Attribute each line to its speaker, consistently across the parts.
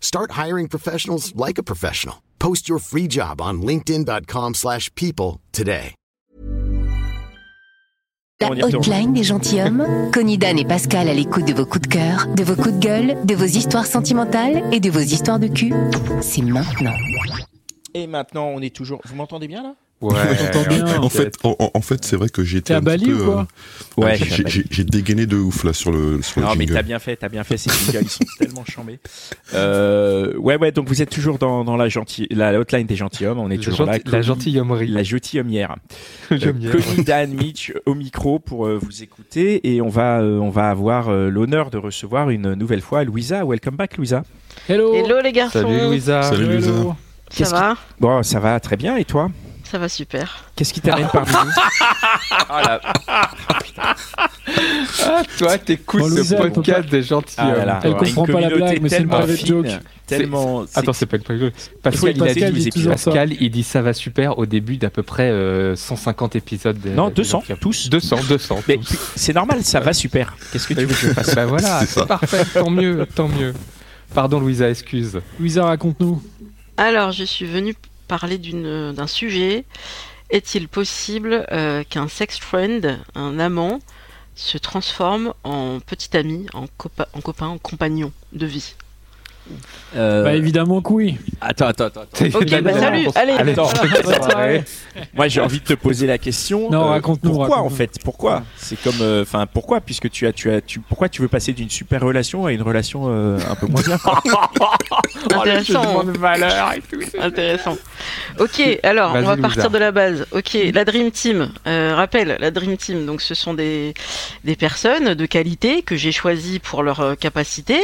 Speaker 1: Start hiring professionals like a professional. Post your free job on linkedin.com/people today.
Speaker 2: La hotline des gentilshommes, Connie Dan et Pascal à l'écoute de vos coups de cœur, de vos coups de gueule, de vos histoires sentimentales et de vos histoires de cul. C'est maintenant.
Speaker 3: Et maintenant, on est toujours. Vous m'entendez bien là
Speaker 4: Ouais,
Speaker 5: bien, en fait, en, en fait c'est vrai que j'étais un petit peu,
Speaker 6: quoi
Speaker 5: euh,
Speaker 3: Ouais,
Speaker 5: j'ai-
Speaker 3: je suis à
Speaker 5: j'ai j'ai dégainé de ouf là sur le sur le
Speaker 3: Non, mais
Speaker 5: jingle.
Speaker 3: t'as bien fait, t'as bien fait. Ces jingles, ils sont tellement chambés. Euh, ouais, ouais. Donc vous êtes toujours dans, dans la gentille, la hotline des gentilshommes. On est
Speaker 6: La
Speaker 3: toujours là.
Speaker 6: gentil- la gentilhommerie.
Speaker 3: La gentilhommière.
Speaker 6: J'aime bien.
Speaker 3: Connie Dan Mitch au micro pour euh, vous écouter et on va euh, on va avoir euh, l'honneur de recevoir une nouvelle fois Louisa. Welcome back, Louisa.
Speaker 6: Hello.
Speaker 7: Hello les garçons,
Speaker 6: Salut Louisa.
Speaker 5: Salut,
Speaker 6: Hello.
Speaker 5: Louisa.
Speaker 7: ça va
Speaker 3: Bon, ça va très bien. Et toi
Speaker 7: Ça va super.
Speaker 3: Qu'est-ce qui t'amène parmi nous
Speaker 6: Ah, toi, t'écoutes
Speaker 8: Oh,
Speaker 6: ce
Speaker 8: Louisa, elle
Speaker 6: podcast des gentils. hein.
Speaker 3: Ah là là.
Speaker 8: Elle comprend
Speaker 3: Une
Speaker 8: pas la
Speaker 3: communauté
Speaker 8: blague, mais c'est une
Speaker 3: tellement
Speaker 8: private
Speaker 3: fine,
Speaker 8: joke.
Speaker 3: Tellement. c'est-
Speaker 6: Attends, c'est pas une blague.
Speaker 3: Pascal,
Speaker 6: Pascal, il a dit,
Speaker 3: Pascal dit
Speaker 6: Pascal,
Speaker 3: toujours
Speaker 8: ça.
Speaker 6: il dit ça va super au début d'à peu près euh, 150 épisodes. des-
Speaker 3: Non,
Speaker 6: des
Speaker 3: 200
Speaker 6: Gentilshommes.
Speaker 3: tous.
Speaker 6: 200, 200.
Speaker 3: Mais
Speaker 6: tous.
Speaker 3: c'est normal, ça va super. Qu'est-ce que tu veux que je fasse
Speaker 6: bah voilà,
Speaker 5: C'est ça.
Speaker 6: c'est parfait, tant mieux, tant mieux. Pardon Louisa, excuse.
Speaker 8: Louisa, raconte-nous.
Speaker 7: Alors je suis venue parler d'une- d'un sujet. Est-il possible euh, qu'un sex friend, un amant, se transforme en petit ami, en, copa- en copain, en compagnon de vie
Speaker 8: Bah évidemment que oui.
Speaker 3: euh, Attends, attends, attends.
Speaker 7: Ok, bah salut, allez,
Speaker 3: Allez,
Speaker 7: voilà.
Speaker 6: Oh,
Speaker 3: Moi,
Speaker 6: Euh,
Speaker 3: j'ai envie de te poser la question. euh,
Speaker 8: Non, raconte-nous,
Speaker 3: Pourquoi,
Speaker 8: raconte-nous.
Speaker 3: en fait Pourquoi C'est comme, euh, enfin, pourquoi Puisque tu as, tu as, tu, pourquoi tu veux passer d'une super relation à une relation euh, un peu moins bien
Speaker 7: intéressant,
Speaker 6: valeur et tout.
Speaker 7: intéressant. Ok, alors
Speaker 6: Vas-y,
Speaker 7: on va
Speaker 6: Louisa.
Speaker 7: partir de la base. Ok, la Dream Team. Euh, rappel, la Dream Team, donc ce sont des, des personnes de qualité que j'ai choisies pour leur euh, capacité,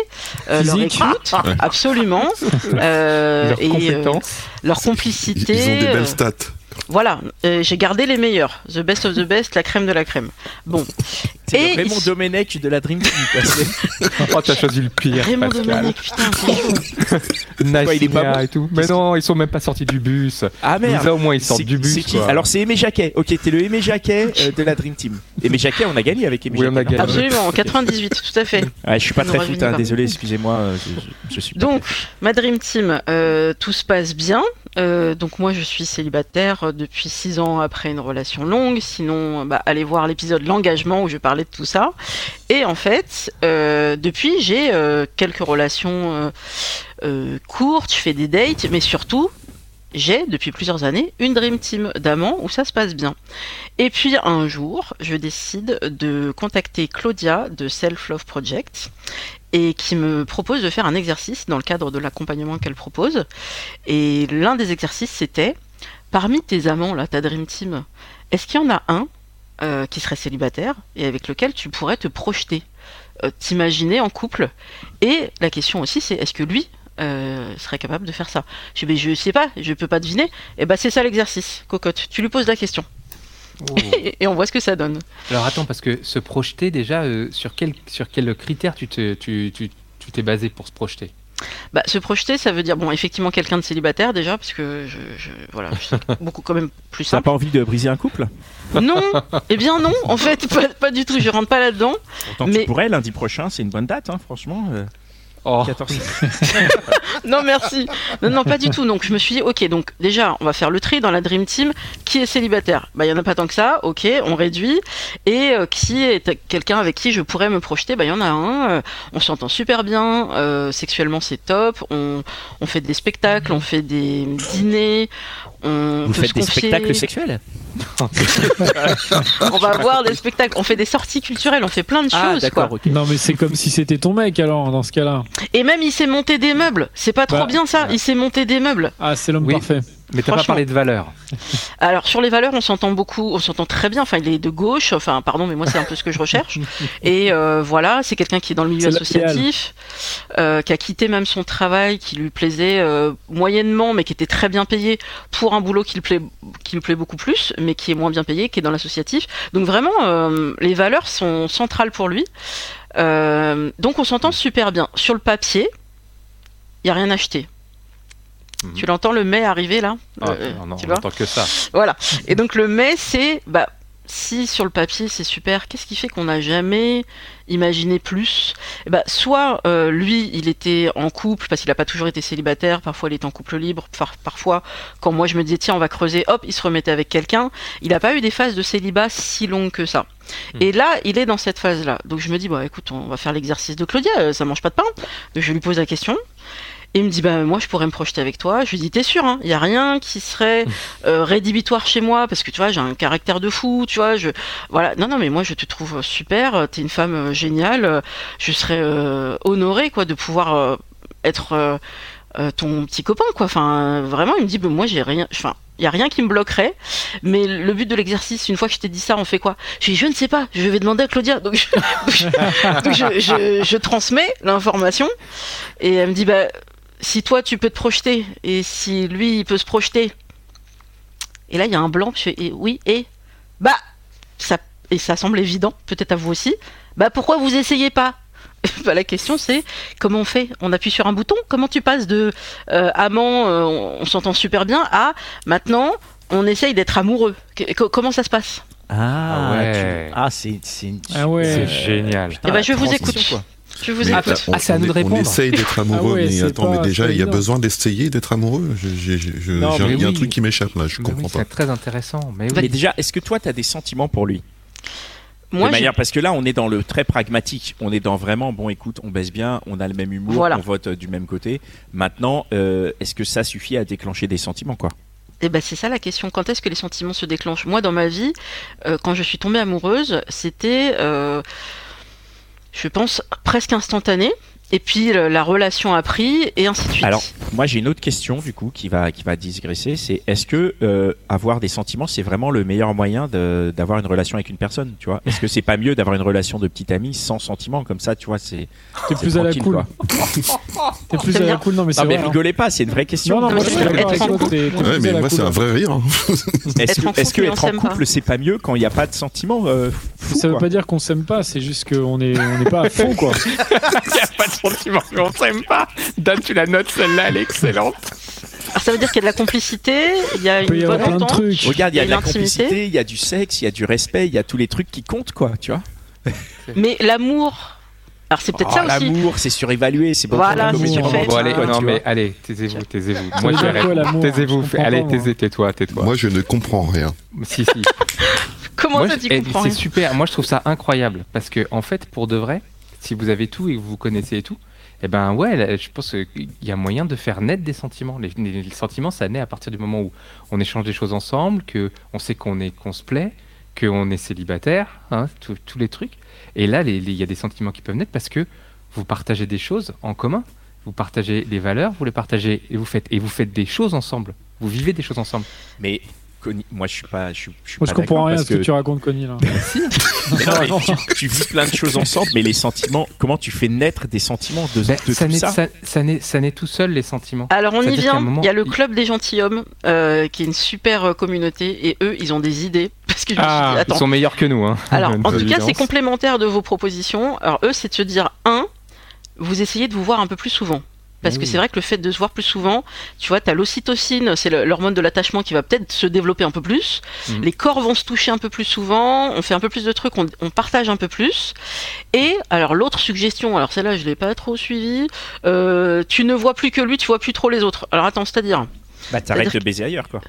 Speaker 7: euh, leur
Speaker 8: Physique.
Speaker 7: écoute, absolument, euh,
Speaker 6: Ah, Leurs
Speaker 7: et euh,
Speaker 6: compétences.
Speaker 7: leur
Speaker 5: Ils, ils ont
Speaker 7: complicité.
Speaker 5: des
Speaker 7: euh,
Speaker 5: belles stats.
Speaker 7: voilà, Euh, j'ai gardé les meilleurs. The best of the best, la crème de la crème. Bon,
Speaker 3: C'est
Speaker 7: Et
Speaker 3: le Raymond
Speaker 7: ils-
Speaker 3: Domenech de la Dream Team. quoi. C'est-
Speaker 6: Oh, t'as choisi le pire.
Speaker 7: Raymond
Speaker 6: Pascal.
Speaker 7: Domenech, putain, c'est chaud.
Speaker 6: Nice
Speaker 3: Quoi, il est pas
Speaker 6: Nia
Speaker 3: bon
Speaker 6: et tout. Mais non, ils sont même pas sortis du bus.
Speaker 3: Ah merde.
Speaker 6: Louisa, au moins, ils sortent
Speaker 3: C'est-
Speaker 6: du bus.
Speaker 3: c'est qui
Speaker 6: quoi.
Speaker 3: Alors c'est Aimé Jacquet. Ok, t'es le Aimé Jacquet euh, de la Dream Team. Aimé Jacquet, on a gagné avec Aimé
Speaker 6: Oui,
Speaker 3: Jacquet.
Speaker 6: on a
Speaker 3: non
Speaker 6: gagné.
Speaker 7: Absolument, en 98, tout à fait.
Speaker 3: Ouais, je suis pas
Speaker 7: On
Speaker 3: très
Speaker 7: aura
Speaker 3: foot,
Speaker 7: gagné
Speaker 3: hein,
Speaker 7: par-
Speaker 3: désolé, excusez-moi, euh, je, je- je suis pas
Speaker 7: Donc, ma Dream Team, euh, tout se passe bien. Euh, donc moi, je suis célibataire euh, depuis 6 ans après une relation longue. Sinon, bah, allez voir l'épisode L'engagement où je parlais de tout ça. Et en fait, euh, depuis, j'ai euh, quelques relations euh, euh, courtes, je fais des dates, mais surtout, j'ai depuis plusieurs années une Dream Team d'amants où ça se passe bien. Et puis un jour, je décide de contacter Claudia de Self Love Project et qui me propose de faire un exercice dans le cadre de l'accompagnement qu'elle propose. Et l'un des exercices, c'était parmi tes amants, là, ta Dream Team, est-ce qu'il y en a un euh, qui serait célibataire et avec lequel tu pourrais te projeter, euh, t'imaginer en couple Et la question aussi, c'est est-ce que lui euh, serait capable de faire ça Je dis, mais je sais pas, je peux pas deviner. Et bah, c'est ça l'exercice, cocotte. Tu lui poses la question et, et on voit ce que ça donne.
Speaker 6: Alors attends, parce que se projeter déjà, euh, sur quel, sur quel critère tu te- tu- tu- tu t'es basé pour se projeter
Speaker 7: Bah, se projeter, ça veut dire, bon, effectivement, quelqu'un de célibataire déjà, parce que je, je- voilà, c'est beaucoup quand même plus
Speaker 3: T'as
Speaker 7: simple.
Speaker 3: pas envie de briser un couple
Speaker 7: Non, eh bien non, en fait, pas, pas du tout, je rentre pas là-dedans.
Speaker 3: Pourtant,
Speaker 7: Mais-
Speaker 3: tu pourrais lundi prochain, c'est une bonne date, hein, franchement. euh.
Speaker 6: Oh.
Speaker 3: 14.
Speaker 7: non, merci. Non, non, pas du tout. Donc, je me suis dit, ok, donc déjà, on va faire le tri dans la Dream Team. Qui est célibataire Bah, il y en a pas tant que ça. Ok, on réduit. Et euh, qui est quelqu'un avec qui je pourrais me projeter Bah, il y en a un. Euh, on s'entend super bien. euh, sexuellement, c'est top. On, on fait des spectacles, on fait des dîners. On
Speaker 4: Vous
Speaker 7: peut
Speaker 4: faites
Speaker 7: se
Speaker 4: des
Speaker 7: confier.
Speaker 4: spectacles sexuels
Speaker 7: On va voir des spectacles. On fait des sorties culturelles. On fait plein de
Speaker 4: Ah,
Speaker 7: choses.
Speaker 4: d'accord,
Speaker 7: Quoi.
Speaker 4: ok.
Speaker 8: Non, mais c'est comme si c'était ton mec alors, dans ce cas-là.
Speaker 7: Et même, il s'est monté des meubles. C'est pas trop
Speaker 8: Bah,
Speaker 7: bien ça. Il s'est monté des meubles.
Speaker 8: Ah, c'est l'homme
Speaker 6: Oui.
Speaker 8: parfait.
Speaker 6: Mais t'as pas
Speaker 7: Franchement.
Speaker 6: parlé de valeur.
Speaker 7: Alors sur les valeurs, on s'entend beaucoup, on s'entend très bien. Enfin, il est de gauche. Enfin, pardon, mais moi c'est un peu ce que je recherche. Et euh, voilà, c'est quelqu'un qui est dans le milieu
Speaker 8: C'est l'idéal.
Speaker 7: associatif, euh, qui a quitté même son travail qui lui plaisait euh, moyennement, mais qui était très bien payé pour un boulot qui lui plaît, qui lui plaît beaucoup plus, mais qui est moins bien payé, qui est dans l'associatif. Donc vraiment, euh, les valeurs sont centrales pour lui. Euh, donc on s'entend super bien. Sur le papier, il y a rien acheté.
Speaker 6: Mhm. Ah,
Speaker 7: Tu l'entends le mai arriver là Euh,
Speaker 6: non, non,
Speaker 7: tu
Speaker 6: on
Speaker 7: vois
Speaker 6: n'entend que ça.
Speaker 7: voilà. Et donc le mais, c'est bah si sur le papier c'est super, qu'est-ce qui fait qu'on n'a jamais imaginé plus Eh bah, Soit euh, lui, il était en couple parce qu'il n'a pas toujours été célibataire, parfois il est en couple libre, par- parfois quand moi je me disais tiens on va creuser, hop, il se remettait avec quelqu'un. Il n'a pas eu des phases de célibat si longues que ça. Et là, il est dans cette phase-là. Donc je me dis, bon écoute, on va faire l'exercice de Claudia, euh, ça mange pas de pain. Donc je lui pose la question. Et il me dit, bah moi je pourrais me projeter avec toi. Je lui dis, t'es sûr, il hein, n'y a rien qui serait euh, rédhibitoire chez moi, parce que tu vois, j'ai un caractère de fou, tu vois. Je... Voilà, non, non, mais moi je te trouve super, euh, t'es une femme euh, géniale, euh, je serais euh, honorée, quoi, de pouvoir euh, être euh, euh, ton petit copain, quoi. Enfin, euh, vraiment, il me dit, bah, moi j'ai rien. Enfin, il n'y a rien qui me bloquerait, mais le but de l'exercice, une fois que je t'ai dit ça, on fait quoi Je dis, je ne sais pas, je vais demander à Claudia. Donc je, donc, je- je- je transmets l'information et elle me dit, bah, si toi tu peux te projeter et si lui il peut se projeter. Et là il y a un blanc, je fais et oui et bah ça et ça semble évident, peut-être à vous aussi. Bah pourquoi vous essayez pas bah, la question c'est comment on fait On appuie sur un bouton Comment tu passes de euh, amant, euh, on, on s'entend super bien, à maintenant on essaye d'être amoureux Que- co- Comment ça se passe
Speaker 4: Ah,
Speaker 6: Ah ouais.
Speaker 4: tu- Ah, c'est c'est une.
Speaker 8: Ah ouais.
Speaker 6: C'est
Speaker 4: euh,
Speaker 6: génial.
Speaker 4: putain,
Speaker 3: Ah,
Speaker 7: Eh ben,
Speaker 4: la
Speaker 7: je vous
Speaker 4: transition,
Speaker 7: écoute.
Speaker 4: quoi.
Speaker 7: Je vous
Speaker 5: Mais
Speaker 7: écoute.
Speaker 5: on-
Speaker 6: Ah, c'est à
Speaker 5: on-
Speaker 6: nous de
Speaker 5: On
Speaker 6: répondre.
Speaker 5: essaye d'être amoureux,
Speaker 8: Ah ouais,
Speaker 5: mais
Speaker 8: c'est
Speaker 5: attends,
Speaker 8: pas-
Speaker 5: mais déjà,
Speaker 8: c'est
Speaker 5: il y a
Speaker 8: évident.
Speaker 5: besoin d'essayer d'être amoureux. Je- j'ai- j'ai- je-
Speaker 8: Non,
Speaker 5: j'ai-
Speaker 6: mais
Speaker 5: Il y a un
Speaker 6: oui.
Speaker 5: truc qui m'échappe là, je
Speaker 6: Mais oui,
Speaker 5: comprends
Speaker 6: c'est
Speaker 5: pas.
Speaker 6: très intéressant. Mais oui.
Speaker 4: Mais
Speaker 3: Mais déjà, est-ce que toi, tu as des sentiments pour lui
Speaker 7: Moi
Speaker 3: de
Speaker 7: j'ai-
Speaker 3: manière, parce que là, on est dans le très pragmatique. On est dans vraiment, bon, écoute, on baisse bien, on a le même humour,
Speaker 7: Voilà.
Speaker 3: on vote euh, du même côté. Maintenant, euh, est-ce que ça suffit à déclencher des sentiments, quoi
Speaker 7: Eh ben, c'est ça la question. Quand est-ce que les sentiments se déclenchent Moi, dans ma vie, euh, quand je suis tombée amoureuse, c'était, euh, je pense, presque instantané. Et puis le- la relation a pris, et ainsi de suite.
Speaker 3: Alors, moi, j'ai une autre question, du coup, qui va, qui va digresser. C'est est-ce que euh, avoir des sentiments, c'est vraiment le meilleur moyen de- d'avoir une relation avec une personne, tu vois Est-ce que c'est pas mieux d'avoir une relation de petite amie sans sentiments Comme ça, tu vois, c'est.
Speaker 8: T'es
Speaker 3: c'est
Speaker 8: plus à la
Speaker 3: tranquille,
Speaker 8: cool.
Speaker 3: quoi.
Speaker 8: T'es plus
Speaker 7: C'est
Speaker 8: à la
Speaker 7: bien.
Speaker 8: cool, non, mais c'est
Speaker 3: Non, mais
Speaker 8: vrai. hein.
Speaker 3: rigolez pas, c'est une vraie question.
Speaker 8: Non, non,
Speaker 7: Mais
Speaker 8: moi,
Speaker 7: c'est
Speaker 8: je suis
Speaker 7: vrai,
Speaker 8: d'accord
Speaker 7: être
Speaker 8: avec
Speaker 7: en
Speaker 8: toi, t'es- t'es
Speaker 5: Ouais,
Speaker 8: plus à
Speaker 5: mais
Speaker 8: la
Speaker 5: moi, c'est
Speaker 8: cool,
Speaker 5: un
Speaker 8: hein.
Speaker 5: vrai rire. hein.
Speaker 3: Est-ce
Speaker 7: Être en
Speaker 3: que, est-ce que
Speaker 7: couple et on
Speaker 3: être en
Speaker 7: s'aime pas.
Speaker 3: couple, c'est pas mieux quand il n'y a pas de sentiments euh, fou,
Speaker 8: Ça veut
Speaker 3: quoi.
Speaker 8: pas dire qu'on s'aime pas, c'est juste qu'on est, on est pas à fond, quoi.
Speaker 6: Il n'y a pas de sentiment, mais on s'aime pas. Donne, tu la notes, celle-là, elle est excellente.
Speaker 7: Alors, Ah, ça veut dire qu'il y a de la complicité, il y a
Speaker 8: Il peut
Speaker 7: une
Speaker 8: y avoir
Speaker 7: bonne
Speaker 8: plein de
Speaker 7: entente.
Speaker 8: trucs.
Speaker 3: Regarde, il y a
Speaker 7: Et
Speaker 3: de la
Speaker 7: l'intimité.
Speaker 3: complicité, il y a du sexe, il y a du respect, il y a tous les trucs qui comptent, quoi, tu vois.
Speaker 7: Mais l'amour, alors c'est peut-être
Speaker 3: Oh,
Speaker 7: ça aussi.
Speaker 3: L'amour, c'est surévalué, c'est beaucoup
Speaker 6: Ah,
Speaker 7: Voilà,
Speaker 3: de
Speaker 7: c'est
Speaker 3: comédie
Speaker 8: ce qu'on
Speaker 3: romantique,
Speaker 7: fait.
Speaker 6: Bon, allez,
Speaker 3: quoi,
Speaker 6: non,
Speaker 3: tu
Speaker 6: mais
Speaker 3: vois.
Speaker 6: allez, taisez-vous, taisez-vous.
Speaker 8: Ça
Speaker 6: Moi,
Speaker 8: veut
Speaker 6: je
Speaker 8: dire
Speaker 6: vais
Speaker 8: quoi,
Speaker 6: répondre.
Speaker 8: l'amour
Speaker 6: Taisez-vous,
Speaker 8: Je
Speaker 6: fais-
Speaker 8: comprends
Speaker 6: allez,
Speaker 8: pas,
Speaker 6: taisez, tais-toi, tais-toi.
Speaker 5: Moi, je ne comprends rien.
Speaker 6: Si, si.
Speaker 7: Comment
Speaker 6: Moi,
Speaker 7: ça,
Speaker 6: je-
Speaker 7: tu
Speaker 6: eh,
Speaker 7: comprends
Speaker 6: C'est
Speaker 7: rien
Speaker 6: super. Moi, je trouve ça incroyable parce que, en fait, pour de vrai, si vous avez tout et que vous connaissez et tout, eh ben ouais, là, je pense qu'il y a moyen de faire naître des sentiments. Les, les- les sentiments, ça naît à partir du moment où on échange des choses ensemble, que on sait qu'on est, qu'on se plaît, qu'on est célibataire, hein, tous- tous les trucs. Et là, les- les- il y a des sentiments qui peuvent naître parce que vous partagez des choses en commun, vous partagez les valeurs, vous les partagez et vous faites et vous faites des choses ensemble. Vous vivez des choses ensemble.
Speaker 3: Mais Connie- moi, je suis pas, je, suis- je suis
Speaker 8: Moi,
Speaker 3: pas
Speaker 8: je comprends
Speaker 3: d'accord
Speaker 8: rien à
Speaker 3: parce
Speaker 8: ce que tu racontes, Connie, là.
Speaker 3: Mais non, mais tu, tu vis plein de choses ensemble, mais les sentiments, comment tu fais naître des sentiments de,
Speaker 6: Ben,
Speaker 3: de
Speaker 6: ça,
Speaker 3: tout
Speaker 6: naît,
Speaker 3: ça
Speaker 6: ça- ça naît- ça naît tout seul les sentiments.
Speaker 7: Alors on y
Speaker 6: C'est-à-dire qu'à
Speaker 7: vient,
Speaker 6: un moment,
Speaker 7: il y a le
Speaker 6: il-
Speaker 7: club des gentilshommes euh, qui est une super euh, communauté et eux ils ont des idées parce que je me suis
Speaker 8: Ah,
Speaker 7: dit, attends
Speaker 6: Ah, Ils sont meilleurs que nous. Hein.
Speaker 7: Alors, en tout cas,
Speaker 6: Évidence.
Speaker 7: c'est complémentaire de vos propositions. Alors, eux, c'est de se dire, un, vous essayez de vous voir un peu plus souvent. Parce
Speaker 6: Eh
Speaker 7: que
Speaker 6: oui.
Speaker 7: c'est vrai que le fait de se voir plus souvent, tu vois, t'as l'ocytocine, c'est le- l'hormone de l'attachement qui va peut-être se développer un peu plus.
Speaker 6: Mhm.
Speaker 7: Les corps vont se toucher un peu plus souvent, on fait un peu plus de trucs, on, on partage un peu plus. Et alors l'autre suggestion, alors celle-là je l'ai pas trop suivie, euh, tu ne vois plus que lui, tu vois plus trop les autres. Alors attends, c'est-à-dire
Speaker 3: Bah, t'arrêtes de baiser ailleurs, quoi.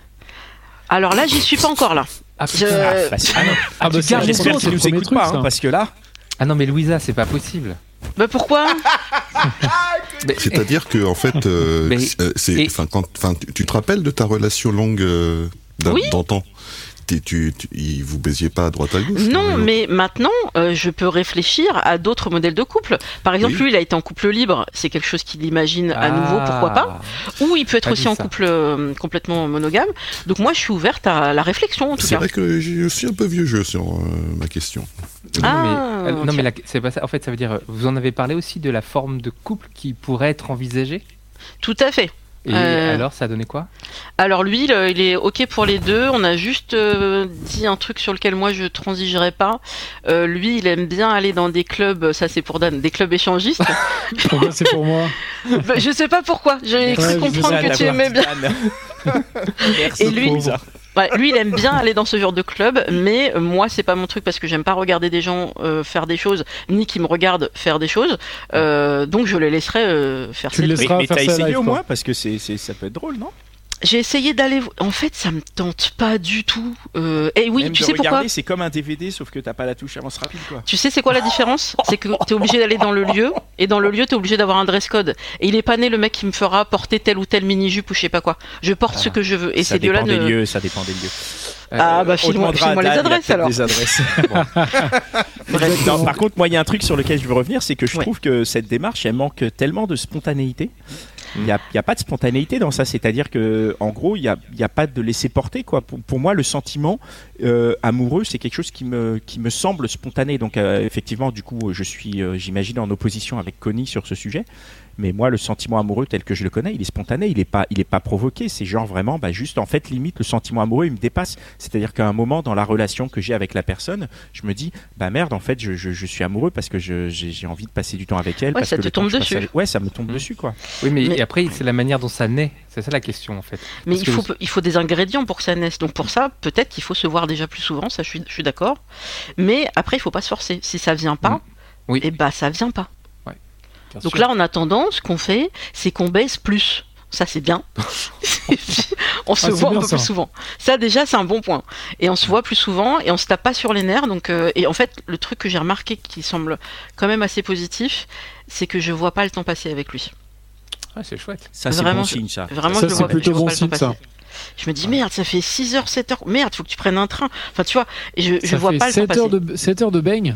Speaker 7: Alors là, j'y suis pas encore là.
Speaker 8: Ah,
Speaker 7: Je-
Speaker 6: Euh,
Speaker 3: Ah, bah, c'est- ah, non.
Speaker 8: Ah, bah, c'est
Speaker 3: J'espère
Speaker 8: c'est
Speaker 3: qu'il
Speaker 8: le
Speaker 3: nous
Speaker 8: premier
Speaker 3: écoute
Speaker 8: truc,
Speaker 3: pas, hein,
Speaker 8: ça.
Speaker 3: parce que là.
Speaker 6: Ah non, mais Louisa, c'est pas possible.
Speaker 7: Bah pourquoi
Speaker 6: Mais-
Speaker 5: C'est-à-dire que, en fait, euh,
Speaker 6: Mais-
Speaker 5: c'est- euh, c'est,
Speaker 6: et-
Speaker 5: enfin, quand, enfin, tu, tu te rappelles de ta relation longue euh, d'an-
Speaker 7: Oui.
Speaker 5: d'antan T'es- tu, tu- ils vous baisiez pas à droite à gauche
Speaker 7: Non, mais maintenant, euh, je peux réfléchir à d'autres modèles de couple. Par exemple,
Speaker 5: Oui.
Speaker 7: lui, il a été en couple libre, c'est quelque chose qu'il imagine
Speaker 6: Ah.
Speaker 7: à nouveau, pourquoi pas. Ou il peut être
Speaker 6: Pas
Speaker 7: aussi
Speaker 6: dit
Speaker 7: en
Speaker 6: ça.
Speaker 7: couple euh, complètement monogame. Donc moi, je suis ouverte à la réflexion, en tout
Speaker 5: C'est
Speaker 7: cas.
Speaker 5: vrai que je suis un peu vieux jeu sur euh, ma question.
Speaker 7: Ah,
Speaker 6: non, mais, euh, non,
Speaker 7: tiens.
Speaker 6: mais la- c'est pas ça. En fait, ça veut dire, euh, vous en avez parlé aussi de la forme de couple qui pourrait être envisagée.
Speaker 7: Tout à fait.
Speaker 6: Et
Speaker 7: Euh.
Speaker 6: alors, ça a donné quoi
Speaker 7: Alors lui, le- il est OK pour les deux. On a juste euh, dit un truc sur lequel moi, je transigerai pas. Euh, lui, il aime bien aller dans des clubs, ça c'est pour Dan, des clubs échangistes.
Speaker 8: Pourquoi c'est pour moi
Speaker 7: Bah, je sais pas pourquoi. J'ai
Speaker 8: Ouais,
Speaker 7: cru
Speaker 8: je
Speaker 7: comprendre
Speaker 8: sais,
Speaker 7: que tu aimais bien.
Speaker 3: Merci,
Speaker 7: lui-
Speaker 3: Louisa.
Speaker 7: Ouais, Bah, lui, il aime bien aller dans ce genre de club, mais euh, moi, c'est pas mon truc parce que j'aime pas regarder des gens euh, faire des choses, ni qu'ils me regardent faire des choses. Euh, donc, je les laisserai euh, faire
Speaker 8: Tu
Speaker 7: ces
Speaker 8: le
Speaker 7: trucs.
Speaker 3: Mais,
Speaker 8: laisseras
Speaker 3: mais
Speaker 8: faire
Speaker 3: t'as
Speaker 8: ça
Speaker 3: essayé
Speaker 8: live,
Speaker 3: au
Speaker 8: quoi.
Speaker 3: moins parce que c'est, c'est- ça peut être drôle, non
Speaker 7: J'ai essayé d'aller. En fait, ça me tente pas du tout. Euh... Et oui,
Speaker 3: Même
Speaker 7: tu
Speaker 3: de
Speaker 7: sais pourquoi
Speaker 3: regarder, C'est comme un DVD, sauf que t'as pas la touche avance rapide, quoi.
Speaker 7: Tu sais, c'est quoi la différence C'est que t'es obligé d'aller dans le lieu, et dans le lieu, t'es obligé d'avoir un dress code. Et il est pas né le mec qui me fera porter telle ou telle mini-jupe ou je sais pas quoi. Je porte
Speaker 3: Ah,
Speaker 7: ce que je veux. Et
Speaker 3: ça
Speaker 7: ces
Speaker 3: dépend
Speaker 7: lieux-là
Speaker 3: des
Speaker 7: ne.
Speaker 3: lieux, ça dépend des lieux.
Speaker 6: Euh,
Speaker 7: Ah,
Speaker 3: euh,
Speaker 7: bah,
Speaker 3: On
Speaker 7: file-moi
Speaker 3: demandera à
Speaker 7: file-moi les
Speaker 3: Dan, il a
Speaker 7: adresses
Speaker 3: peut-être
Speaker 7: alors.
Speaker 3: des adresses.
Speaker 8: Exactement.
Speaker 3: Non, par contre, moi, il y a un truc sur lequel je veux revenir, c'est que je
Speaker 7: Ouais.
Speaker 3: trouve que cette démarche, elle manque tellement de spontanéité. Il n'y a, il y a pas de spontanéité dans ça, c'est-à-dire que, en gros, il n'y a, il y a pas de laisser porter. Quoi. Pour, pour moi, le sentiment euh, amoureux, c'est quelque chose qui me, qui me semble spontané. Donc, euh, effectivement, du coup, je suis, euh, j'imagine, en opposition avec Connie sur ce sujet. Mais moi, le sentiment amoureux tel que je le connais, il est spontané, il n'est pas, il est pas provoqué. C'est genre vraiment, bah, juste en fait, limite, le sentiment amoureux, il me dépasse. C'est-à-dire qu'à un moment, dans la relation que j'ai avec la personne, je me dis, bah merde, en fait, je, je- je suis amoureux parce que je- j'ai j'ai envie de passer du temps avec elle.
Speaker 7: Ouais,
Speaker 3: parce
Speaker 7: ça
Speaker 3: que
Speaker 7: te
Speaker 3: le temps
Speaker 7: tombe
Speaker 3: que je passe
Speaker 7: dessus.
Speaker 3: avec- Ouais, ça me tombe
Speaker 6: Mhm.
Speaker 3: dessus, quoi.
Speaker 6: Oui, mais,
Speaker 7: Mais-
Speaker 6: et après, c'est la manière dont ça naît. C'est ça la question, en fait.
Speaker 7: Mais
Speaker 6: Parce
Speaker 7: il
Speaker 6: que
Speaker 7: faut,
Speaker 6: vous-
Speaker 7: il faut des ingrédients pour que ça naisse. Donc pour ça, peut-être qu'il faut se voir déjà plus souvent, ça je suis, je suis d'accord. Mais après, il faut pas se forcer. Si ça vient pas,
Speaker 6: Mm. Oui.
Speaker 7: et bah ça vient pas.
Speaker 6: Bien
Speaker 7: Donc
Speaker 6: sûr.
Speaker 7: là, en attendant, ce qu'on fait, c'est qu'on baisse plus. Ça c'est bien. on se
Speaker 8: Ah, c'est
Speaker 7: voit un
Speaker 8: bien,
Speaker 7: peu
Speaker 8: ça.
Speaker 7: plus souvent. Ça déjà, c'est un bon point. Et on se voit plus souvent et on se tape pas sur les nerfs. Donc euh, et en fait, le truc que j'ai remarqué qui semble quand même assez positif, c'est que je vois pas le temps passer avec lui.
Speaker 6: Ouais, c'est chouette.
Speaker 3: Ça,
Speaker 7: c'est
Speaker 3: c'est bon
Speaker 7: Vraiment, bon je-
Speaker 3: signe, ça.
Speaker 7: Vraiment,
Speaker 8: Ça,
Speaker 7: je le
Speaker 8: c'est
Speaker 7: vois, je
Speaker 8: plutôt
Speaker 7: vois
Speaker 8: bon
Speaker 7: pas le temps
Speaker 8: signe, ça.
Speaker 7: passer. Je me dis, merde, ça fait 6 heures, 7 heures. Merde, faut que tu prennes un train. Enfin, tu vois, et je, je
Speaker 8: Ça
Speaker 7: vois
Speaker 8: fait
Speaker 7: pas le temps
Speaker 8: 7
Speaker 7: passer.
Speaker 8: heures, de, 7 heures de baigne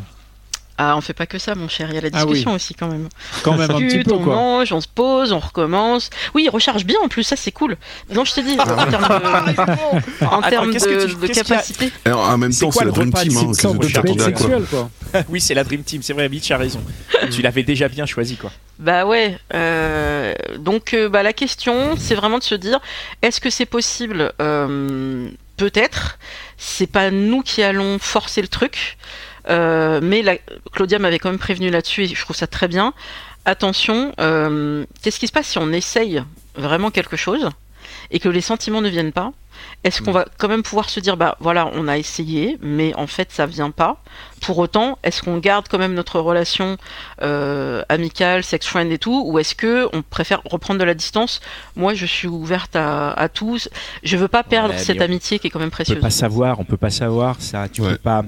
Speaker 7: Ah, on fait pas que ça, mon cher. Il y a la
Speaker 8: Ah oui.
Speaker 7: discussion aussi, quand même.
Speaker 8: Quand même, un petit
Speaker 7: Discute,
Speaker 8: peu,
Speaker 7: on
Speaker 8: quoi.
Speaker 7: mange, on se pose, on recommence. Oui, il recharge bien en plus, ça c'est cool. Non, je te dis, en termes de, en
Speaker 3: Ah. Attends,
Speaker 7: termes
Speaker 3: qu'est-ce que tu-
Speaker 7: de, de
Speaker 3: qu'est-ce qu'il y a-
Speaker 7: capacité.
Speaker 5: Et en- en même
Speaker 3: C'est
Speaker 5: temps,
Speaker 3: quoi
Speaker 5: c'est
Speaker 3: le
Speaker 5: le Dream
Speaker 3: repas de
Speaker 5: Team. hein,
Speaker 3: Simpson,
Speaker 5: qu'est-ce que
Speaker 8: Sorte de
Speaker 5: tu
Speaker 3: Richard
Speaker 8: bête
Speaker 5: t'attendais à quoi
Speaker 8: sexuelle, quoi.
Speaker 3: oui, c'est la Dream Team, c'est vrai, Mitch a raison. tu l'avais déjà bien choisi, quoi.
Speaker 7: Bah ouais. euh, donc, euh, bah, la question, c'est vraiment de se dire, est-ce que c'est possible Euh, Peut-être. C'est pas nous qui allons forcer le truc. Euh, mais la- Claudia m'avait quand même prévenu là-dessus et je trouve ça très bien. Attention, euh, qu'est-ce qui se passe si on essaye vraiment quelque chose et que les sentiments ne viennent pas Est-ce qu'on va quand même pouvoir se dire, bah voilà, on a essayé, mais en fait ça vient pas Pour autant, est-ce qu'on garde quand même notre relation euh, amicale, sex friend et tout Ou est-ce que on préfère reprendre de la distance Moi je suis ouverte à, à tous. Je veux pas perdre
Speaker 3: mais
Speaker 7: cette
Speaker 3: on-
Speaker 7: amitié qui est quand même
Speaker 3: On peut
Speaker 7: précieuse.
Speaker 3: pas savoir, on peut pas savoir ça. Tu
Speaker 5: Ouais.
Speaker 3: peux pas,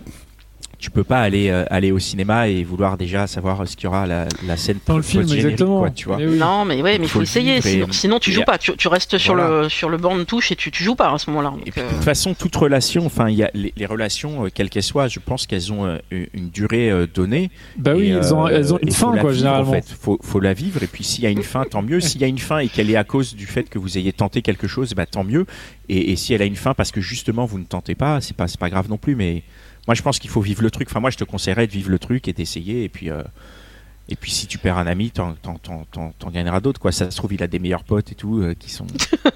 Speaker 3: tu peux pas aller euh, aller au cinéma et vouloir déjà savoir euh, ce qu'il y aura à la, la scène
Speaker 8: Dans le film,
Speaker 3: post-générique,
Speaker 8: exactement.
Speaker 3: quoi, tu vois.
Speaker 8: Eh oui.
Speaker 7: Non, mais ouais, mais il
Speaker 3: Faut
Speaker 7: faut
Speaker 3: le
Speaker 7: essayer.
Speaker 3: vivre et-
Speaker 7: Sinon, sinon, tu
Speaker 3: et-
Speaker 7: joues pas. Tu, tu restes sur
Speaker 3: Voilà.
Speaker 7: le sur le banc de touche et tu, tu joues pas à ce moment-là. Donc,
Speaker 3: Et puis,
Speaker 7: euh,
Speaker 3: de toute façon, toute relation, enfin, il y a les, les relations, euh, quelles qu'elles soient, je pense qu'elles ont euh, une durée euh, donnée.
Speaker 8: Bah oui,
Speaker 3: Et,
Speaker 8: elles ont,
Speaker 3: euh,
Speaker 8: elles ont une
Speaker 3: et faut
Speaker 8: fin,
Speaker 3: la
Speaker 8: quoi,
Speaker 3: vivre, en
Speaker 8: généralement.
Speaker 3: fait. Faut, faut la vivre. Et puis, s'il y a une fin, tant mieux. S'il y a une fin et qu'elle est à cause du fait que vous ayez tenté quelque chose, bah, tant mieux. Et, et si elle a une fin parce que justement vous ne tentez pas, c'est pas, c'est pas grave non plus. Mais moi, je pense qu'il faut vivre le truc. Enfin, moi, je te conseillerais de vivre le truc et d'essayer. Et puis, euh, et puis, si tu perds un ami, t'en, t'en, t'en, t'en- t'en gagneras d'autres, quoi. Ça se trouve, il a des meilleurs potes et tout euh, qui sont.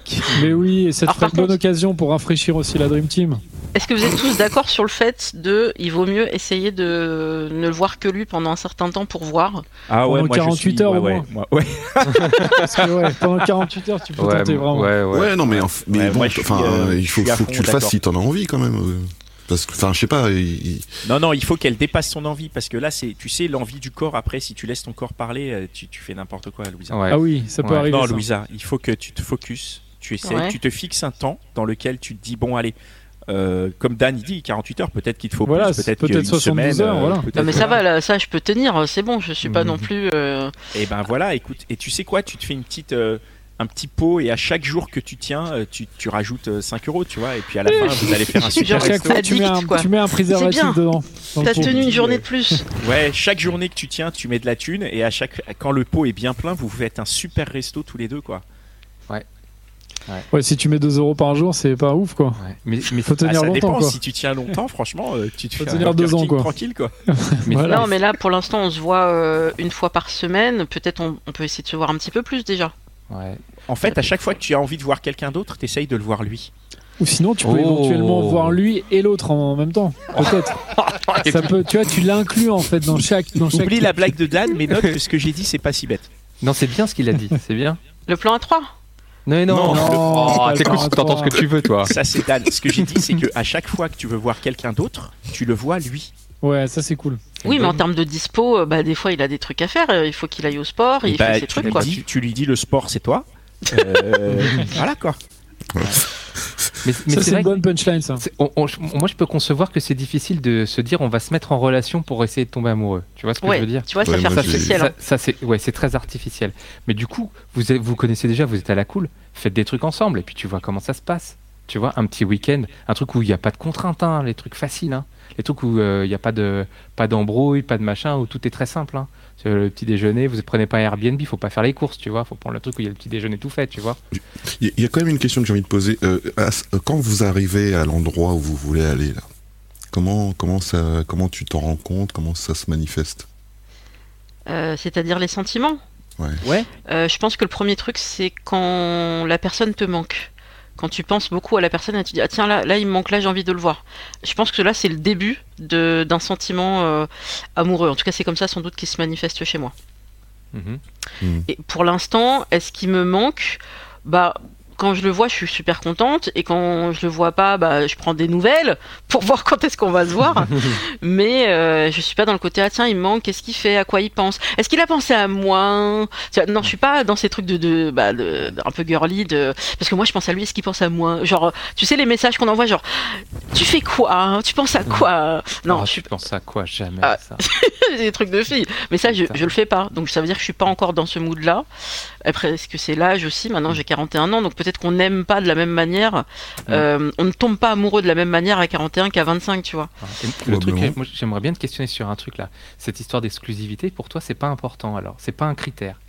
Speaker 3: qui-
Speaker 8: Mais oui, et ça te
Speaker 7: Alors,
Speaker 8: ferait
Speaker 7: par
Speaker 8: une bonne
Speaker 7: contre-
Speaker 8: occasion pour rafraîchir aussi la Dream Team.
Speaker 7: Est-ce que vous êtes tous d'accord sur le fait de, il vaut mieux essayer de ne le voir que lui pendant un certain temps pour voir.
Speaker 3: Ah ouais,
Speaker 8: Pendant
Speaker 3: moi, je
Speaker 8: 48
Speaker 3: suis-
Speaker 8: heures
Speaker 3: ouais,
Speaker 8: au
Speaker 3: ouais,
Speaker 8: moins.
Speaker 3: moi- ouais.
Speaker 8: Parce que ouais, pendant 48 heures, tu peux
Speaker 6: Ouais,
Speaker 8: tenter vraiment.
Speaker 6: ouais, ouais.
Speaker 5: Ouais, non, mais, enf- mais
Speaker 3: Ouais,
Speaker 5: bon,
Speaker 3: moi, je suis,
Speaker 5: enfin,
Speaker 3: euh,
Speaker 5: il faut,
Speaker 3: je suis à
Speaker 5: faut que
Speaker 3: fond,
Speaker 5: tu le fasses
Speaker 3: d'accord.
Speaker 5: si t'en as envie quand même. euh, Parce que, enfin, je sais pas. il- il-
Speaker 3: Non, non, il faut qu'elle dépasse son envie parce que là, c'est, tu sais, l'envie du corps. Après, si tu laisses ton corps parler, euh, tu, tu fais n'importe quoi, Louisa.
Speaker 6: Ouais.
Speaker 8: Ah oui, ça peut
Speaker 6: Ouais.
Speaker 8: arriver.
Speaker 3: non,
Speaker 8: ça.
Speaker 3: Louisa, il faut que tu te focuses, tu essaies,
Speaker 7: Ouais.
Speaker 3: tu te fixes un temps dans lequel tu te dis bon, allez. euh, comme Dan il dit, 48 heures, peut-être qu'il te faut
Speaker 8: Voilà,
Speaker 3: plus, peut-être
Speaker 8: c'est peut-être
Speaker 3: qu'une
Speaker 8: 72
Speaker 3: semaine,
Speaker 8: heures,
Speaker 3: euh,
Speaker 8: voilà.
Speaker 3: peut-être
Speaker 7: Non mais ça
Speaker 3: voilà.
Speaker 7: va, là, ça je peux tenir, c'est bon, je suis pas
Speaker 6: Mhm.
Speaker 7: non plus. euh,
Speaker 3: Et ben voilà, écoute, et tu sais quoi, tu te fais une petite, euh, un petit pot et à chaque jour que tu tiens, euh, tu, tu rajoutes euh, 5 euros, tu vois, et puis à la fin, vous allez faire un super
Speaker 8: À chaque
Speaker 3: resto.
Speaker 8: fois, tu mets, un,
Speaker 7: Addict, quoi.
Speaker 8: tu mets un préservatif
Speaker 7: bien.
Speaker 8: dedans. dans le
Speaker 7: T'as
Speaker 8: pot.
Speaker 7: tenu une journée de plus.
Speaker 3: Ouais, chaque journée que tu tiens, tu mets de la thune et à chaque, quand le pot est bien plein, vous faites un super resto tous les deux, quoi. Ah,
Speaker 8: Ouais, si tu mets 2 euros par jour, c'est pas ouf quoi.
Speaker 6: Ouais. Mais, mais,
Speaker 8: Faut tenir
Speaker 3: Ah, ça
Speaker 8: longtemps
Speaker 3: dépend,
Speaker 8: quoi.
Speaker 3: si tu tiens longtemps, franchement, euh, tu te
Speaker 8: Faut
Speaker 3: fais un
Speaker 8: tenir deux
Speaker 3: Burger
Speaker 8: ans,
Speaker 3: King
Speaker 8: quoi.
Speaker 3: tranquille, quoi.
Speaker 6: mais-
Speaker 8: Voilà.
Speaker 7: Non mais là pour l'instant on se voit euh, une fois par semaine, peut-être on, on peut essayer de se voir un petit peu plus déjà.
Speaker 6: Ouais.
Speaker 3: En fait, à chaque fois que tu as envie de voir quelqu'un d'autre, t'essayes de le voir lui.
Speaker 8: Ou sinon, tu peux
Speaker 6: Oh.
Speaker 8: éventuellement voir lui et l'autre en même temps. Peut-être. ça peut, tu vois, tu l'inclus en fait dans chaque. Dans chaque
Speaker 3: Oublie la blague de Dan, mais note que ce que j'ai dit, c'est pas si bête.
Speaker 6: Non, c'est bien ce qu'il a dit, c'est bien.
Speaker 7: Le plan à 3
Speaker 6: Non, mais non,
Speaker 8: Non,
Speaker 6: Oh,
Speaker 8: pas le
Speaker 6: t'écoutes,
Speaker 8: temps à
Speaker 6: t'entends ce
Speaker 8: trois.
Speaker 6: que tu veux, toi.
Speaker 3: Ça, c'est Dan. Ce que j'ai dit, c'est que à chaque fois que tu veux voir quelqu'un d'autre, tu le vois lui.
Speaker 8: Ouais, ça c'est cool.
Speaker 7: Oui mais en termes de dispo, euh, bah, des fois il a des trucs à faire, euh, il faut qu'il aille au sport, il
Speaker 3: Et bah,
Speaker 7: fait ses
Speaker 3: tu,
Speaker 7: trucs
Speaker 3: lui
Speaker 7: quoi.
Speaker 3: dis, tu lui dis le sport, c'est toi. Euh, voilà quoi.
Speaker 6: Mais, mais
Speaker 8: ça
Speaker 6: c'est
Speaker 8: c'est une
Speaker 6: vrai que
Speaker 8: bonne punchline ça.
Speaker 6: c'est- on- on- je- moi, je peux concevoir que c'est difficile de se dire on va se mettre en relation pour essayer de tomber amoureux. Tu vois ce que je
Speaker 7: Ouais,
Speaker 6: veux dire
Speaker 7: tu vois ça
Speaker 5: Ouais,
Speaker 7: fait
Speaker 5: moi, j'ai-
Speaker 7: artificiel. hein.
Speaker 6: Ça, ça, c'est ouais, c'est très artificiel. Mais du coup, vous êtes- vous connaissez déjà, vous êtes à la cool. Faites des trucs ensemble et puis tu vois comment ça se passe. Tu vois, un petit week-end, un truc où il n'y a pas de contraintes, hein, les trucs faciles, hein. les trucs où euh, il n'y a pas de pas d'embrouille, pas de machin, où tout est très simple. hein. C'est Le petit déjeuner, vous ne prenez pas un Airbnb, faut pas faire les courses, tu vois. Faut prendre le truc où il y a le petit déjeuner tout fait, tu vois.
Speaker 5: Il y a quand même une question que j'ai envie de poser. Euh, à ce- euh, quand vous arrivez à l'endroit où vous voulez aller, là, comment, comment, ça, comment tu t'en rends compte Comment ça se manifeste
Speaker 7: Euh, C'est-à-dire les sentiments
Speaker 5: Ouais.
Speaker 3: Ouais.
Speaker 7: Euh, je pense que le premier truc, c'est quand la personne te manque. Quand tu penses beaucoup à la personne et tu dis Ah tiens, là, là il me manque, là j'ai envie de le voir. Je pense que là, c'est le début de- d'un sentiment euh, amoureux. En tout cas, c'est comme ça sans doute qu'il se manifeste chez moi. Ah,
Speaker 6: Mhm.
Speaker 7: Et pour l'instant, est-ce qu'il me manque Bah. Quand je le vois, je suis super contente, et quand je le vois pas, bah, je prends des nouvelles pour voir quand est-ce qu'on va se voir. Mais euh, je suis pas dans le côté ah tiens, il me manque, qu'est-ce qu'il fait, à quoi il pense Est-ce qu'il a pensé à moi Tu vois, Non, je suis pas dans ces trucs de, de, bah, de- un peu girly, de parce que moi je pense à lui, est-ce qu'il pense à moi Genre, tu sais les messages qu'on envoie, genre tu fais quoi Tu penses à quoi Non,
Speaker 6: Ah,
Speaker 7: je suis
Speaker 6: tu penses à quoi jamais
Speaker 7: Ah.
Speaker 6: ça
Speaker 7: des trucs de filles. Mais ça, je, je le fais pas. Donc ça veut dire que je suis pas encore dans ce mood-là. Après, est-ce que c'est l'âge aussi Maintenant, j'ai 41 ans, donc peut-être qu'on n'aime pas de la même manière. Euh, on ne tombe pas amoureux de la même manière à 41 qu'à 25, tu vois.
Speaker 6: Ah, et Le truc,
Speaker 5: Probablement.
Speaker 6: moi j'aimerais bien te questionner sur un truc là. Cette histoire d'exclusivité, pour toi, c'est pas important alors. C'est pas un critère.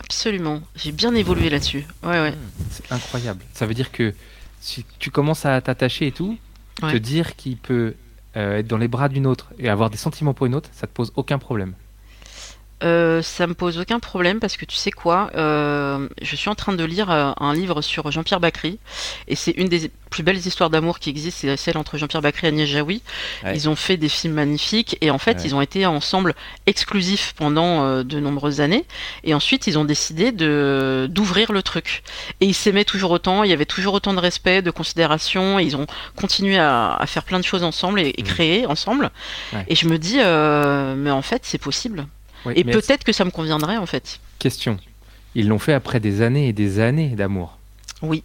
Speaker 7: Absolument. J'ai bien évolué là-dessus. Ouais, ouais.
Speaker 6: C'est incroyable. Ça veut dire que si tu commences à t'attacher et tout,
Speaker 7: Ouais.
Speaker 6: te dire qu'il peut euh, être dans les bras d'une autre et avoir des sentiments pour une autre, ça te pose aucun problème.
Speaker 7: Euh, ça me pose aucun problème parce que tu sais quoi, euh, je suis en train de lire euh, un livre sur Jean-Pierre Bacry et c'est une des plus belles histoires d'amour qui existent, c'est celle entre Jean-Pierre Bacry et Agnès Jaoui.
Speaker 3: Ouais.
Speaker 7: Ils ont fait des films magnifiques et en fait
Speaker 3: Ouais.
Speaker 7: ils ont été ensemble exclusifs pendant euh, de nombreuses années et ensuite ils ont décidé de d'ouvrir le truc et ils s'aimaient toujours autant, il y avait toujours autant de respect, de considération et ils ont continué à, à faire plein de choses ensemble et, et
Speaker 3: Mmh.
Speaker 6: Mhm.
Speaker 7: créer ensemble
Speaker 6: Ouais.
Speaker 7: et je me dis euh, mais en fait c'est possible.
Speaker 6: Oui,
Speaker 7: Et
Speaker 6: mais est-ce-
Speaker 7: peut-être que ça me conviendrait en fait.
Speaker 6: Question. Ils l'ont fait après des années et des années d'amour.
Speaker 7: Oui.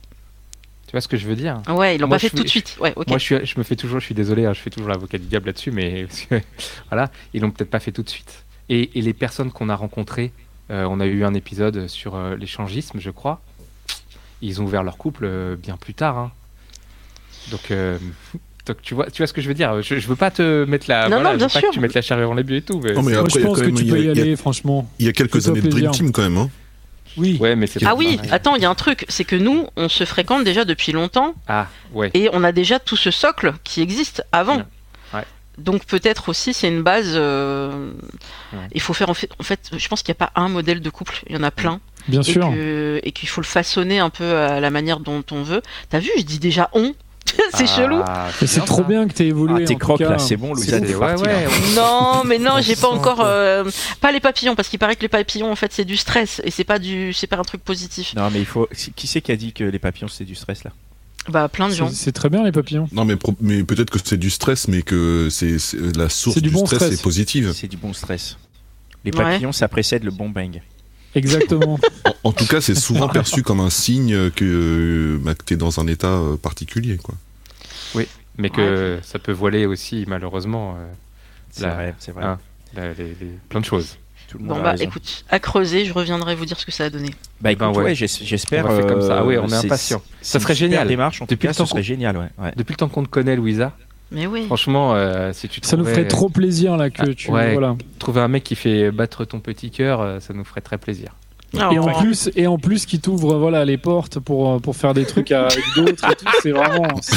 Speaker 6: Tu vois ce que je veux dire
Speaker 7: Ah Ouais, ils l'ont
Speaker 6: Moi,
Speaker 7: pas fait
Speaker 6: je-
Speaker 7: tout de suite. Ouais, ok.
Speaker 6: Moi, je, suis- je me fais toujours, je suis désolé, hein, je fais toujours l'avocat du diable là-dessus, mais parce que, voilà, ils l'ont peut-être pas fait tout de suite. Et, et les personnes qu'on a rencontrées, euh, on a eu un épisode sur euh, l'échangisme, je crois. Ils ont ouvert leur couple euh, bien plus tard. hein. Donc, euh, donc tu vois, tu vois ce que je veux dire. Je, je veux pas te mettre la,
Speaker 7: Non, non,
Speaker 6: je veux
Speaker 7: bien
Speaker 6: pas
Speaker 7: sûr.
Speaker 6: que tu mettes la charrue avant les bœufs et tout. mais-
Speaker 5: Non, mais
Speaker 8: Moi
Speaker 5: après, il
Speaker 8: je
Speaker 5: y a
Speaker 8: pense
Speaker 5: quand
Speaker 8: que
Speaker 5: même-
Speaker 8: tu
Speaker 5: il y a-
Speaker 8: peux y
Speaker 5: il y a-
Speaker 8: aller franchement.
Speaker 5: Il y a quelques
Speaker 8: Fais-toi
Speaker 5: années de Dream
Speaker 8: plaisir.
Speaker 5: Team quand même. hein.
Speaker 8: Oui.
Speaker 6: Ouais, mais c'est
Speaker 7: Ah
Speaker 6: pas
Speaker 7: oui,
Speaker 6: pareil.
Speaker 7: attends, il y a un truc, c'est que nous, on se fréquente déjà depuis longtemps
Speaker 6: Ah ouais.
Speaker 7: et on a déjà tout ce socle qui existe avant.
Speaker 6: Ouais.
Speaker 7: Donc peut-être aussi c'est une base. euh,
Speaker 6: Ouais.
Speaker 7: Il faut faire en fait, en fait, je pense qu'il n'y a pas un modèle de couple, il y en a plein
Speaker 8: Bien
Speaker 7: et
Speaker 8: sûr.
Speaker 7: que- et qu'il faut le façonner un peu à la manière dont on veut. T'as vu, je dis déjà on.
Speaker 6: Ah,
Speaker 7: c'est chelou.
Speaker 8: Mais c'est trop bien que t'aies évolué.
Speaker 3: Ah, t'es
Speaker 8: en tout
Speaker 3: croque,
Speaker 8: cas.
Speaker 3: là, c'est bon, Louisa,
Speaker 8: bon.
Speaker 3: t'es parti, là.
Speaker 6: hein.
Speaker 7: hein. Non, mais non,
Speaker 8: On
Speaker 7: j'ai pas
Speaker 8: sent
Speaker 7: encore
Speaker 8: que-
Speaker 7: euh, pas les papillons parce qu'il paraît que les papillons en fait c'est du stress et c'est pas du c'est pas un truc positif.
Speaker 3: Non, mais il faut. Qui c'est qui a dit que les papillons c'est du stress là
Speaker 7: Bah plein de gens.
Speaker 8: C'est- C'est très bien les papillons.
Speaker 5: Non, mais, pro- mais peut-être que c'est du stress, mais que c'est c'est- la source
Speaker 8: C'est du
Speaker 5: du,
Speaker 8: bon
Speaker 5: stress,
Speaker 8: stress.
Speaker 5: est positive.
Speaker 3: C'est du bon stress. Les
Speaker 7: Ouais.
Speaker 3: papillons, ça précède le bon bang.
Speaker 8: Exactement.
Speaker 5: En, en tout cas, c'est souvent perçu comme un signe que, bah, que t'es dans un état euh, particulier, quoi.
Speaker 6: Mais que ça peut voiler aussi, malheureusement, euh,
Speaker 3: C'est
Speaker 6: Là.
Speaker 3: vrai, c'est vrai.
Speaker 6: Ah. la- les- les- plein de choses.
Speaker 3: Tout le monde
Speaker 7: Bon
Speaker 3: a
Speaker 7: bah
Speaker 3: raison.
Speaker 7: écoute, à creuser, je reviendrai vous dire ce que ça a donné.
Speaker 3: Bah,
Speaker 6: Eh ben
Speaker 3: écoute, ouais,
Speaker 6: ouais.
Speaker 3: j'es- j'espère.
Speaker 6: On va faire comme ça. Ah ouais, on est
Speaker 3: c'est-
Speaker 6: impatients.
Speaker 3: c'est
Speaker 6: Ça
Speaker 3: une
Speaker 6: serait
Speaker 3: super
Speaker 6: génial.
Speaker 3: démarche, en tout cas,
Speaker 6: Depuis le
Speaker 3: ce
Speaker 6: temps
Speaker 3: serait
Speaker 6: qu'on-
Speaker 3: génial, ouais. ouais.
Speaker 6: Depuis le temps qu'on te connaît, Louisa,
Speaker 7: Mais oui.
Speaker 6: franchement, euh, si tu
Speaker 8: Ça nous
Speaker 6: trouvais-
Speaker 8: ferait trop plaisir là que
Speaker 6: Ah,
Speaker 8: tu
Speaker 6: ouais.
Speaker 8: voilà.
Speaker 6: trouver un mec qui fait battre ton petit cœur, euh, ça nous ferait très plaisir.
Speaker 7: Ah,
Speaker 8: Et en plus et en plus qui t'ouvre voilà les portes pour euh, pour faire des trucs à- avec d'autres et tout. C'est vraiment c'est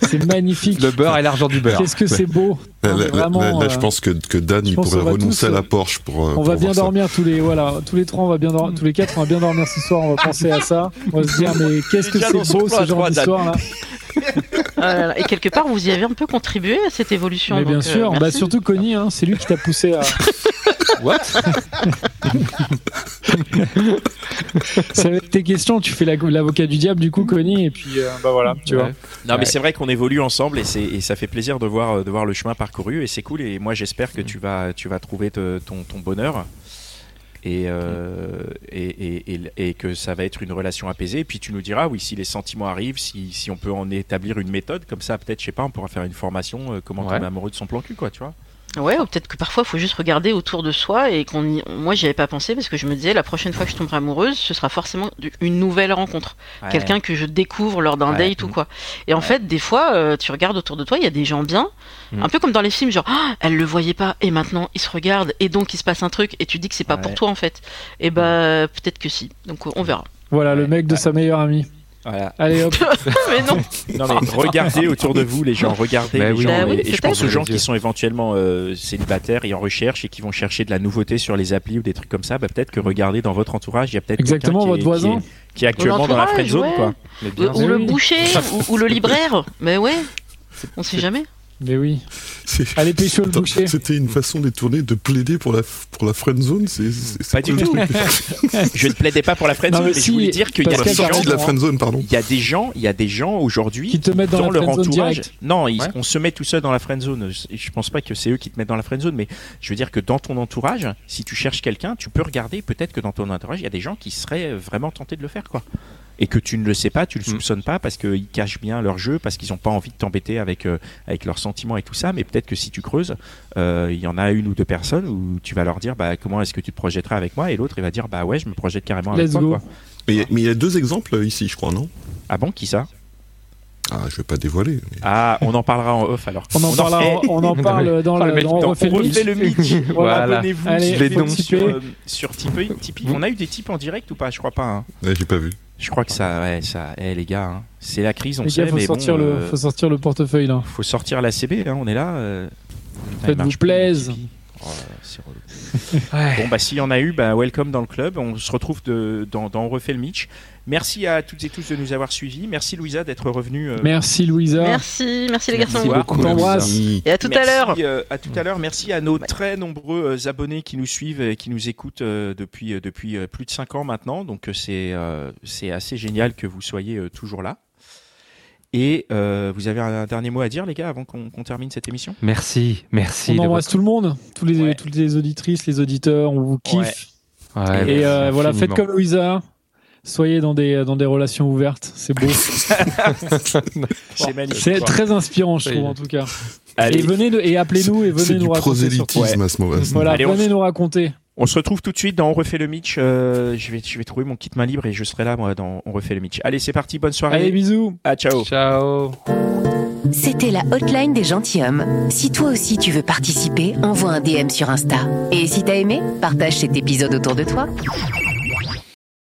Speaker 8: c'est magnifique.
Speaker 6: Le beurre et l'argent du beurre.
Speaker 8: Qu'est-ce que c'est beau.
Speaker 5: Là,
Speaker 8: Non, mais
Speaker 5: là, là,
Speaker 8: vraiment,
Speaker 5: là, je
Speaker 8: euh,
Speaker 5: pense que, que Dan,
Speaker 8: je
Speaker 5: il
Speaker 8: pense
Speaker 5: pourrait
Speaker 8: qu'on va tous,
Speaker 5: renoncer à
Speaker 8: euh,
Speaker 5: la Porsche pour. euh,
Speaker 8: On
Speaker 5: pour
Speaker 8: va bien
Speaker 5: voir ça.
Speaker 8: dormir tous les voilà tous les trois on va bien dormir tous les quatre on va bien dormir ce soir on va penser à ça on va se dire mais qu'est-ce que
Speaker 3: Déjà dans
Speaker 8: c'est
Speaker 3: son
Speaker 8: beau
Speaker 3: plan à
Speaker 8: ce genre
Speaker 3: trois, Dan.
Speaker 8: d'histoire là
Speaker 7: Ah là là. Et quelque part vous y avez un peu contribué à cette évolution.
Speaker 8: mais bien
Speaker 7: donc, euh,
Speaker 8: sûr bah
Speaker 7: merci.
Speaker 8: surtout Connie hein, c'est lui qui t'a poussé à
Speaker 6: What
Speaker 8: Ah, ça va être tes questions tu fais la- l'avocat du diable du coup Connie et puis euh, bah voilà tu vois
Speaker 6: Ouais.
Speaker 3: Non, mais
Speaker 6: Ouais.
Speaker 3: c'est vrai qu'on évolue ensemble et, c'est, et ça fait plaisir de voir, euh, de voir le chemin parcouru et c'est cool. Et moi, j'espère que tu vas, tu vas trouver te- ton, ton bonheur et, euh, et, et- et- et que ça va être une relation apaisée. Et puis tu nous diras, oui, si les sentiments arrivent, si, si on peut en établir une méthode, comme ça, peut-être, je sais pas, on pourra faire une formation, euh, comment
Speaker 6: Ouais.
Speaker 3: tomber amoureux de son plan cul, quoi, tu vois.
Speaker 7: euh, Ouais, ou peut-être que parfois il faut juste regarder autour de soi et qu'on y... moi j'y avais pas pensé parce que je me disais la prochaine fois que je tomberai amoureuse, ce sera forcément du- une nouvelle rencontre, quelqu'un que je découvre lors d'un
Speaker 3: Ouais.
Speaker 7: date ou quoi. Et en fait, des fois euh, tu regardes autour de toi, il y a des gens bien,
Speaker 6: Mm.
Speaker 7: un peu comme dans les films genre Ah, elle le voyait pas et maintenant ils se regardent et donc il se passe un truc et tu dis que c'est pas
Speaker 3: Ouais.
Speaker 7: pour toi en fait. Et bah peut-être que si. Donc euh, on verra.
Speaker 8: voilà le
Speaker 3: Ouais.
Speaker 8: mec de sa meilleure amie
Speaker 3: Voilà.
Speaker 8: allez hop
Speaker 7: Ah, Mais non.
Speaker 3: Non, mais regardez autour de vous, les gens, regardez
Speaker 6: Bah
Speaker 3: les
Speaker 6: oui.
Speaker 3: gens.
Speaker 7: Bah
Speaker 3: et-
Speaker 7: oui,
Speaker 3: et je
Speaker 7: peut-être.
Speaker 3: pense aux gens
Speaker 6: Dieu.
Speaker 3: qui sont éventuellement euh, célibataires et en recherche et qui vont chercher de la nouveauté sur les applis ou des trucs comme ça. Bah, peut-être que regardez dans votre entourage, il y a peut-être quelqu'un
Speaker 8: Exactement,
Speaker 3: qui est-
Speaker 8: votre
Speaker 3: qui
Speaker 8: voisin.
Speaker 3: est- qui est actuellement
Speaker 7: Mon
Speaker 3: dans la friend
Speaker 7: entourage,
Speaker 3: zone,
Speaker 7: ouais.
Speaker 3: quoi.
Speaker 6: Mais bien
Speaker 7: Ou, ou
Speaker 6: sûr.
Speaker 7: le boucher ou, ou le libraire. Mais ouais. On sait jamais.
Speaker 8: mais oui
Speaker 5: C'est-
Speaker 8: allez pécho le
Speaker 5: Attends,
Speaker 8: boucher
Speaker 5: C'était une façon détournée de plaider pour la, pour la friendzone c'est- c'est- c'est
Speaker 3: Pas du
Speaker 5: quoi le
Speaker 3: tout.
Speaker 5: truc
Speaker 3: Je ne plaidais pas pour la friend
Speaker 8: Non,
Speaker 3: zone,
Speaker 8: mais
Speaker 3: mais, je
Speaker 8: si,
Speaker 3: voulais dire qu'il y a
Speaker 8: parce
Speaker 3: des
Speaker 5: La
Speaker 8: qu'elle
Speaker 3: gens.
Speaker 8: t'a
Speaker 5: sortie de la
Speaker 8: raison.
Speaker 5: friendzone, pardon.
Speaker 3: Il y a des gens, il y a des gens aujourd'hui
Speaker 8: Qui te mettent dans la
Speaker 3: leur
Speaker 8: friendzone
Speaker 3: entourage.
Speaker 8: direct.
Speaker 3: Non, ils-
Speaker 6: Ouais.
Speaker 3: on se met tout seul dans la friend zone. Je, je pense pas que c'est eux qui te mettent dans la friend zone, mais je veux dire que dans ton entourage, si tu cherches quelqu'un, tu peux regarder peut-être que dans ton entourage, il y a des gens qui seraient euh, vraiment tentés de le faire, quoi. Et que tu ne le sais pas, tu le
Speaker 6: Mm.
Speaker 3: soupçonnes pas parce qu'ils cachent bien leur jeu, parce qu'ils n'ont pas envie de t'embêter avec, euh, avec leurs sentiments et tout ça. Mais peut-être que si tu creuses, euh, il y en a une ou deux personnes où tu vas leur dire bah, comment est-ce que tu te projetteras avec moi et l'autre il va dire bah ouais, je me projette carrément avec
Speaker 8: Let's
Speaker 3: toi.
Speaker 8: go.
Speaker 3: quoi.
Speaker 5: Mais il y a- mais il y a deux exemples euh, ici, je crois, non
Speaker 3: Ah bon, qui ça
Speaker 5: Ah, je vais pas dévoiler. mais-
Speaker 3: Ah, on en parlera en off alors.
Speaker 8: on en parle
Speaker 3: fait-
Speaker 8: en- on en parle dans
Speaker 3: Ah, le
Speaker 8: le
Speaker 3: mec,
Speaker 8: dans- on
Speaker 3: attends,
Speaker 8: refait
Speaker 3: on
Speaker 8: le
Speaker 3: refait
Speaker 8: mix.
Speaker 3: le mix.
Speaker 6: Voilà.
Speaker 3: Abonnez-vous
Speaker 8: Allez,
Speaker 3: sur-
Speaker 8: les noms.
Speaker 3: sur, euh, sur Tipeee. Tipeee. On a eu des types en direct ou pas Je crois pas. hein.
Speaker 5: Ouais, j'ai pas vu.
Speaker 3: Je crois que ça, ouais, ça. Eh les gars, hein, c'est la crise, on
Speaker 8: les
Speaker 3: sait,
Speaker 8: gars faut
Speaker 3: mais bon,
Speaker 8: sortir le
Speaker 3: euh,
Speaker 8: faut sortir le portefeuille là
Speaker 3: faut sortir la CB. hein, on est là. euh, putain, il
Speaker 8: faites-vous
Speaker 3: marche plus, mon
Speaker 8: plaise
Speaker 3: Tipeee. Oh là là, c'est relou.
Speaker 6: Ouais.
Speaker 3: Bon bah s'il y en a eu, bah welcome dans le club. On se retrouve de- dans, dans On refait le Mitch. Merci à toutes et tous de nous avoir suivis. Merci Louisa d'être revenue. euh,
Speaker 8: merci Louisa
Speaker 7: Merci, merci les
Speaker 3: Merci
Speaker 7: garçons.
Speaker 3: beaucoup.
Speaker 8: on t'embrasse
Speaker 7: Et à tout
Speaker 3: Merci,
Speaker 7: à l'heure.
Speaker 3: euh, à tout à l'heure. Merci à nos très nombreux euh, abonnés qui nous suivent et qui nous écoutent euh, depuis, euh, depuis euh, plus de 5 ans maintenant. Donc euh, c'est euh, c'est assez génial que vous soyez euh, toujours là. Et euh, vous avez un, un dernier mot à dire, les gars, avant qu'on qu'on termine cette émission
Speaker 6: Merci, merci.
Speaker 8: on
Speaker 6: de
Speaker 8: embrasse tout le monde tous les
Speaker 3: Ouais.
Speaker 8: toutes les auditrices les auditeurs on vous kiffe
Speaker 3: Ouais.
Speaker 6: votre- Ouais,
Speaker 8: Et
Speaker 6: merci
Speaker 8: euh, voilà, faites
Speaker 6: infiniment.
Speaker 8: comme Louisa. Soyez dans des, dans des relations ouvertes, c'est beau.
Speaker 3: C'est magnifique.
Speaker 8: C'est très inspirant, je
Speaker 6: Oui.
Speaker 8: trouve, en tout cas.
Speaker 3: Allez,
Speaker 8: Et venez de- et appelez-nous et
Speaker 5: C'est
Speaker 8: venez
Speaker 5: du
Speaker 8: nous raconter. surtout.
Speaker 5: prosélytisme à ce moment-là.
Speaker 8: Voilà,
Speaker 3: Allez, on
Speaker 8: venez
Speaker 3: se-
Speaker 8: nous raconter.
Speaker 3: on se retrouve tout de suite dans On refait le Mitch. Euh, je, vais, je vais trouver mon kit main libre et je serai là, moi, dans On refait le Mitch. Allez, c'est parti. Bonne soirée.
Speaker 8: Allez, bisous.
Speaker 3: à ciao.
Speaker 6: Ciao.
Speaker 2: C'était la hotline des gentilshommes. Si toi aussi tu veux participer, envoie un DM sur Insta. Et si t'as aimé, partage cet épisode autour de toi.